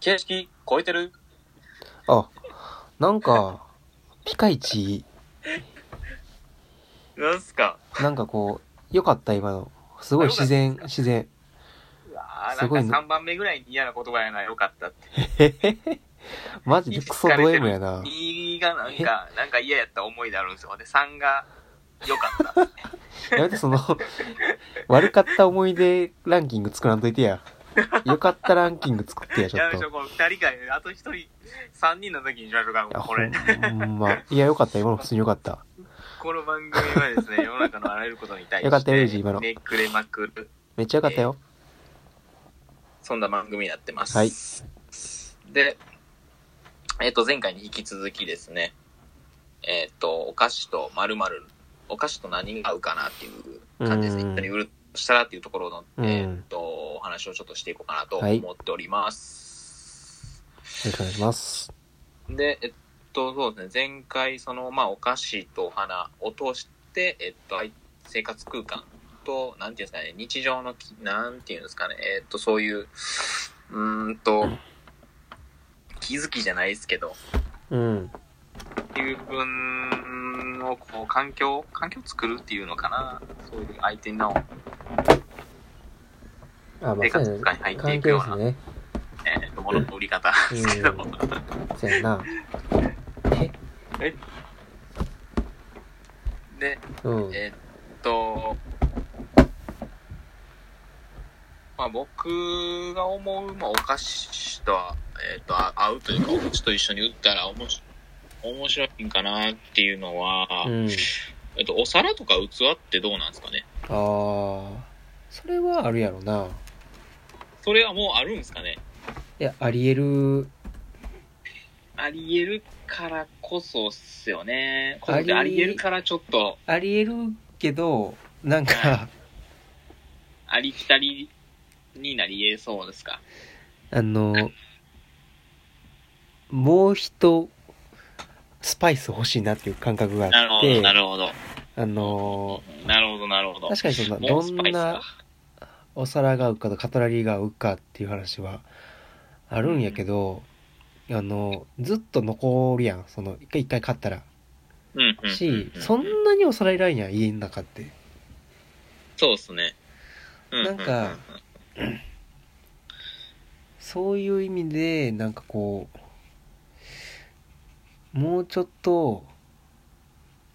形式超えてるあ、なんか、ピカイチ、なんすかなんかこう、良かった今の。すごい自然、自然。うわーすごいねなんか3番目ぐらいに嫌な言葉やな、よかったって。マジでクソド M やな。 2がなんか、なんか嫌やった思いであるんですよ。で、3がよ かった。やめてその、悪かった思い出ランキング作らんといてや。良かったランキング作ってや、ちょやっめまと。しょう、この2人が、あと1人、3人の時にしましょうか、もいや、うほこれ。んま。いや、良かった。今の普通に良かった。この番組はですね、世の中のあらゆることに対して、よかったよレイジ今のねくれまくる、めっちゃ良かったよ。そんな番組になってます。はい。で、えっ、と、前回に引き続きですね、えっ、と、お菓子と〇〇、お菓子と何が合うかなっていう感じですね。うん一緒に売るとしたらっていうところの、うんえっ、と、お話をちょっとしていこうかなとはい思っております。よろしくお願いします。で、えっと、そうですね、前回、その、まあ、お菓子とお花を通して、えっと、はい生活空間と、なんていうんですかね、日常のき、なんていうんですかね、えっと、そういう、うーんと、気づきじゃないですけど、うん。っていう部分を、こう、環境、環境を作るっていうのかな、そういう相手の、あ、まあ、生そ活うや空ね。間に入ってい関く係でようすな、ね。えーものの売り方ですけど、うんそうやな。で、うん。えーっと、まあ、僕が思う、まあ、お菓子とは、えーっと、あ合うというか、お餅と一緒に打ったら面白面白いんかなっていうのは、うん。えっと、お皿とか器ってどうなんですかねあー。それはあるやろな。それはもうあるんですかねいや、ありえる、ありえるからこそっすよね。ありありえるからちょっと、ありえるけど、なんか、ありきたりになりえそうですか。あの、もう一、スパイス欲しいなっていう感覚がなるあっほど、て、なるほど。あの、なるほど、なるほど。確かにその、もうどスんパイスかなお皿が合うかとカトラリーが合うかっていう話はあるんやけど、あの、ずっと残るやん。その、一回一回買ったら。うんうんし、うんそんなにお皿いらんやん、家の中って。そうっすね。うううなんかそういう意味で、なんかこう、もうちょっと、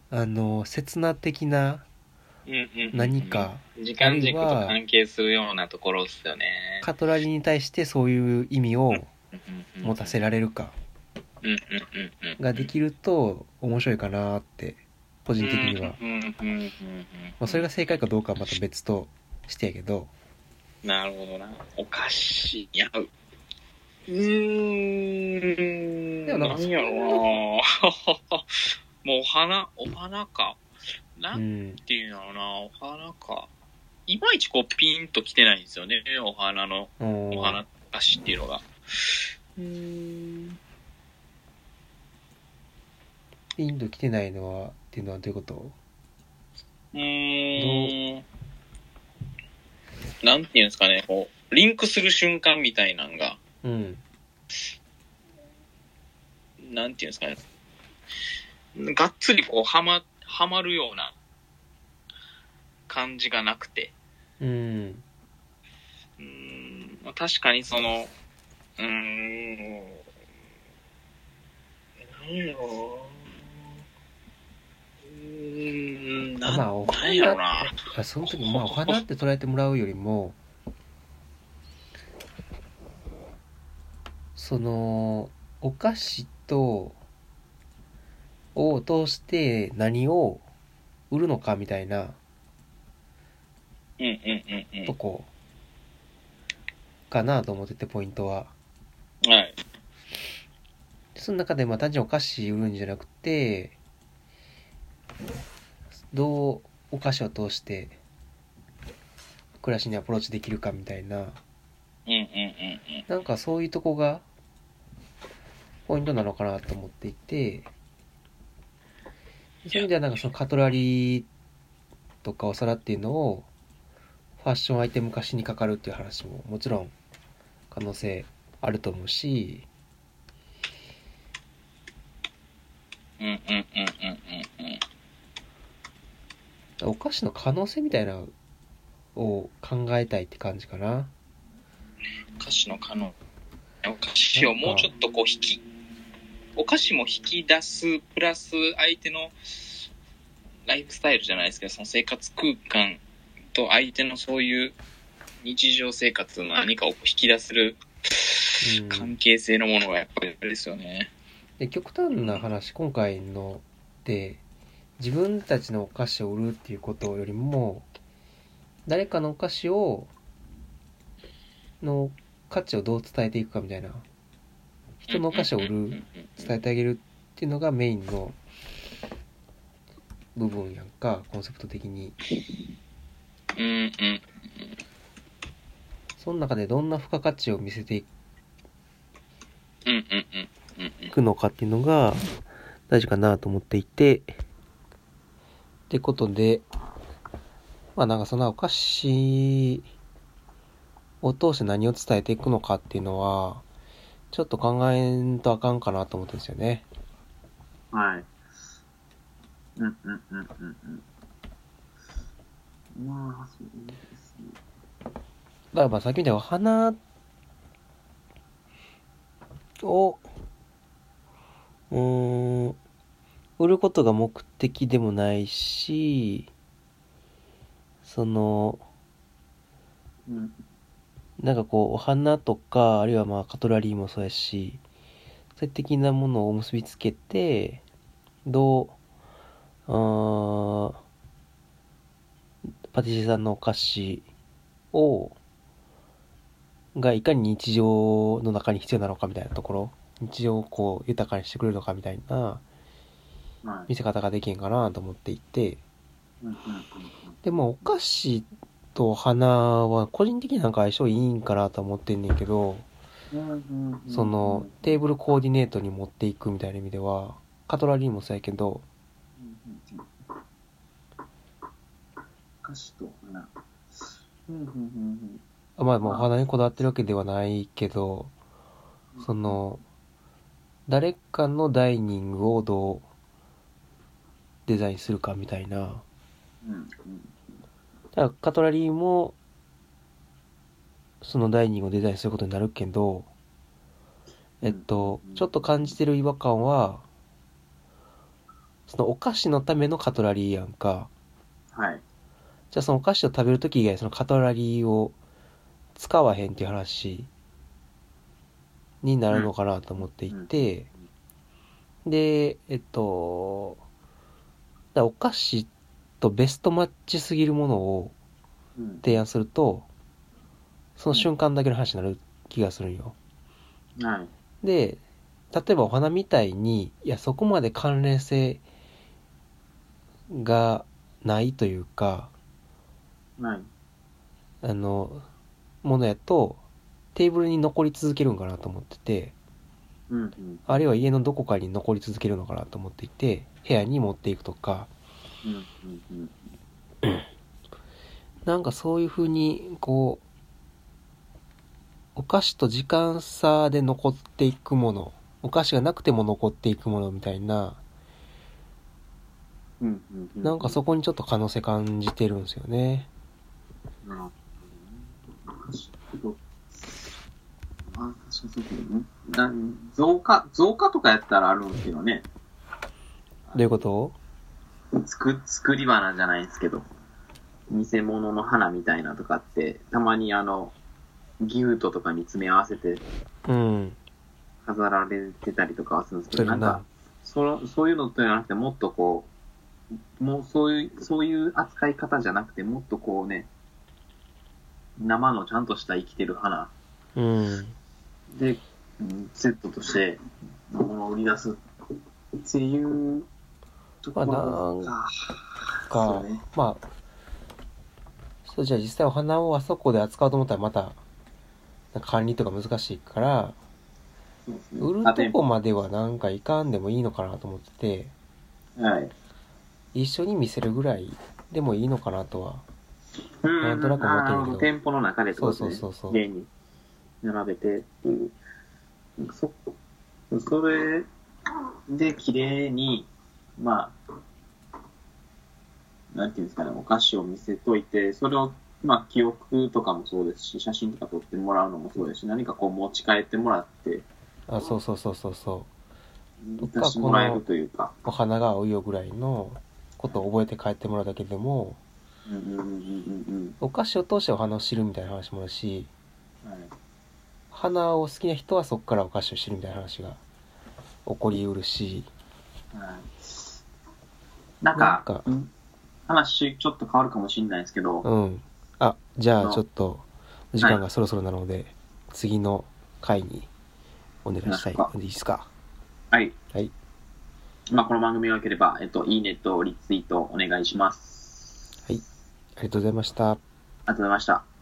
あの、刹那的なうんうんうんうん何か、時間軸と関係するようなところっすよねカトラリーに対してそういう意味を持たせるられるかができると面白いかなって、個人的には。まあ、それが正解かどうかはまた別としてやけど、なるほどなおかしいやううーんでもなんか何やろうな もうお花お花かなうんん。ていうのかなお花かいまいちこうピンときてないんですよねお花のうんお話っていうのが。うん。インド来てないのは、っていうのはどういうことうん。なんていうんですかね、こう、リンクする瞬間みたいなんが、うん。なんていうんですかね、がっつりこう、はま、はまるような感じがなくて。うん。うん。まあ確かにその、うん。何やろううん、なまあ、おなんや花ろな。あその時まあお花って捉えてもらうよりもそのお菓子とを通して何を売るのかみたいなうんうんうんとこかなと思っててポイントはうん。はい。その中でまあ単純にお菓子売るんじゃなくてどうお菓子を通して暮らしにアプローチできるかみたいなうんうんうんなんかそういうとこがポイントなのかなと思っていて、そういう意味ではなんかそのカトラリーとかお皿っていうのをファッションアイテム化しにかかるっていう話ももちろん可能性あると思うし、うんうんうんうんうんうん。お菓子の可能性みたいなのを考えたいって感じかな。お菓子の可能。お菓子をもうちょっとこう引き、お菓子も引き出す、プラス相手のライフスタイルじゃないですけど、その生活空間と相手のそういう日常生活の何かを引き出せるうん関係性のものがやっぱりあれですよね。で極端な話今回ので自分たちのお菓子を売るっていうことよりも誰かのお菓子をの価値をどう伝えていくかみたいな人のお菓子を売る伝えてあげるっていうのがメインの部分やんかコンセプト的にうんうんうんその中でどんな付加価値を見せていうんうんうんうんうん。くのかっていうのが大事かなと思っていてってことでまあなんかそんなお菓子を通して何を伝えていくのかっていうのはちょっと考えんとあかんかなと思ってるんですよね。はい。うんうんうんうんうん。まあ、そうですね。だからまあさっきみたいにお花をうーん売ることが目的でもないしそのうんなんかこうお花とかあるいはまあカトラリーもそうやしそういう的なものを結びつけてどうあーパティシエさんのお菓子をがいかに日常の中に必要なのかみたいなところ日常をこう豊かにしてくれるのかみたいなは見せ方ができんかなと思っていてい。うんうんうんでもお菓子とお花は個人的になんか相性いいんかなと思ってんねんけどうんそのテーブルコーディネートに持っていくみたいな意味ではカトラリーもそうやけど歌詞と花。うんうんうんあまあまあお花にこだわってるわけではないけどその誰かのダイニングをどうデザインするかみたいなうんうんだからカトラリーもそのダイニングをデザインすることになるけどえっとちょっと感じてる違和感はそのお菓子のためのカトラリーやんか。はい。じゃあそのお菓子を食べるとき以外そのカトラリーを使わへんっていう話になるのかなと思っていて、で、えっと、だからお菓子とベストマッチすぎるものをうん提案すると、その瞬間だけの話になる気がするんよ。はい。で、例えばお花みたいに、いや、そこまで関連性がないというか、はい。あのものやとテーブルに残り続けるんかなと思っててうんうんあるいは家のどこかに残り続けるのかなと思っていて部屋に持っていくとかうんうんうん。なんかそういうふうにこうお菓子と時間差で残っていくものお菓子がなくても残っていくものみたいなうんうんうなんかそこにちょっと可能性感じてるんですよね。なるほどね昔ちょっとあ、確かにそうだよね。な増加、増加とかやったらあるんですけどね。どういうこと作、作り花じゃないんですけど。偽物の花みたいなとかって、たまにあの、ギフトとかに詰め合わせてうん。飾られてたりとかはするんですけそど、れなんかな。、そのそういうのとじゃなくて、もっとこう、もうそういう、そういう扱い方じゃなくて、もっとこうね、生のちゃんとした生きてる花うん。で、うんセットとして、物を売り出すっていうところまか。かそうねまあ、そうじゃあ実際お花をあそこで扱おうと思ったらまた、なんか管理とか難しいから、そうですね売るとこまではなんかいかんでもいいのかなと思ってて、はい。一緒に見せるぐらいでもいいのかなとは。なんとなく思ってるけど店舗の中でってことですね。そうそうそうそう現に。並べてっていう。なんかそ、それで綺麗に、まあ、なんていうんですかね、お菓子を見せといて、それを、まあ、記憶とかもそうですし、写真とか撮ってもらうのもそうですし、何かこう持ち帰ってもらって、あそうそうそうそうそう出してもらえるというか。お花が合うよぐらいのことを覚えて帰ってもらうだけでもうんうんうんうんお菓子を通してお花を知るみたいな話もあるしうん。はい花を好きな人はそこからお菓子を知るみたいな話が起こりうるしはいなんか、なんかうん話ちょっと変わるかもしれないですけど、うんあじゃああちょっとお時間がそろそろなので、次の回にお願いしたいなんいいですかはい。はい。まあ、この番組が良ければ、えっと、いいねとリツイートお願いします。はいありがとうございましたありがとうございました。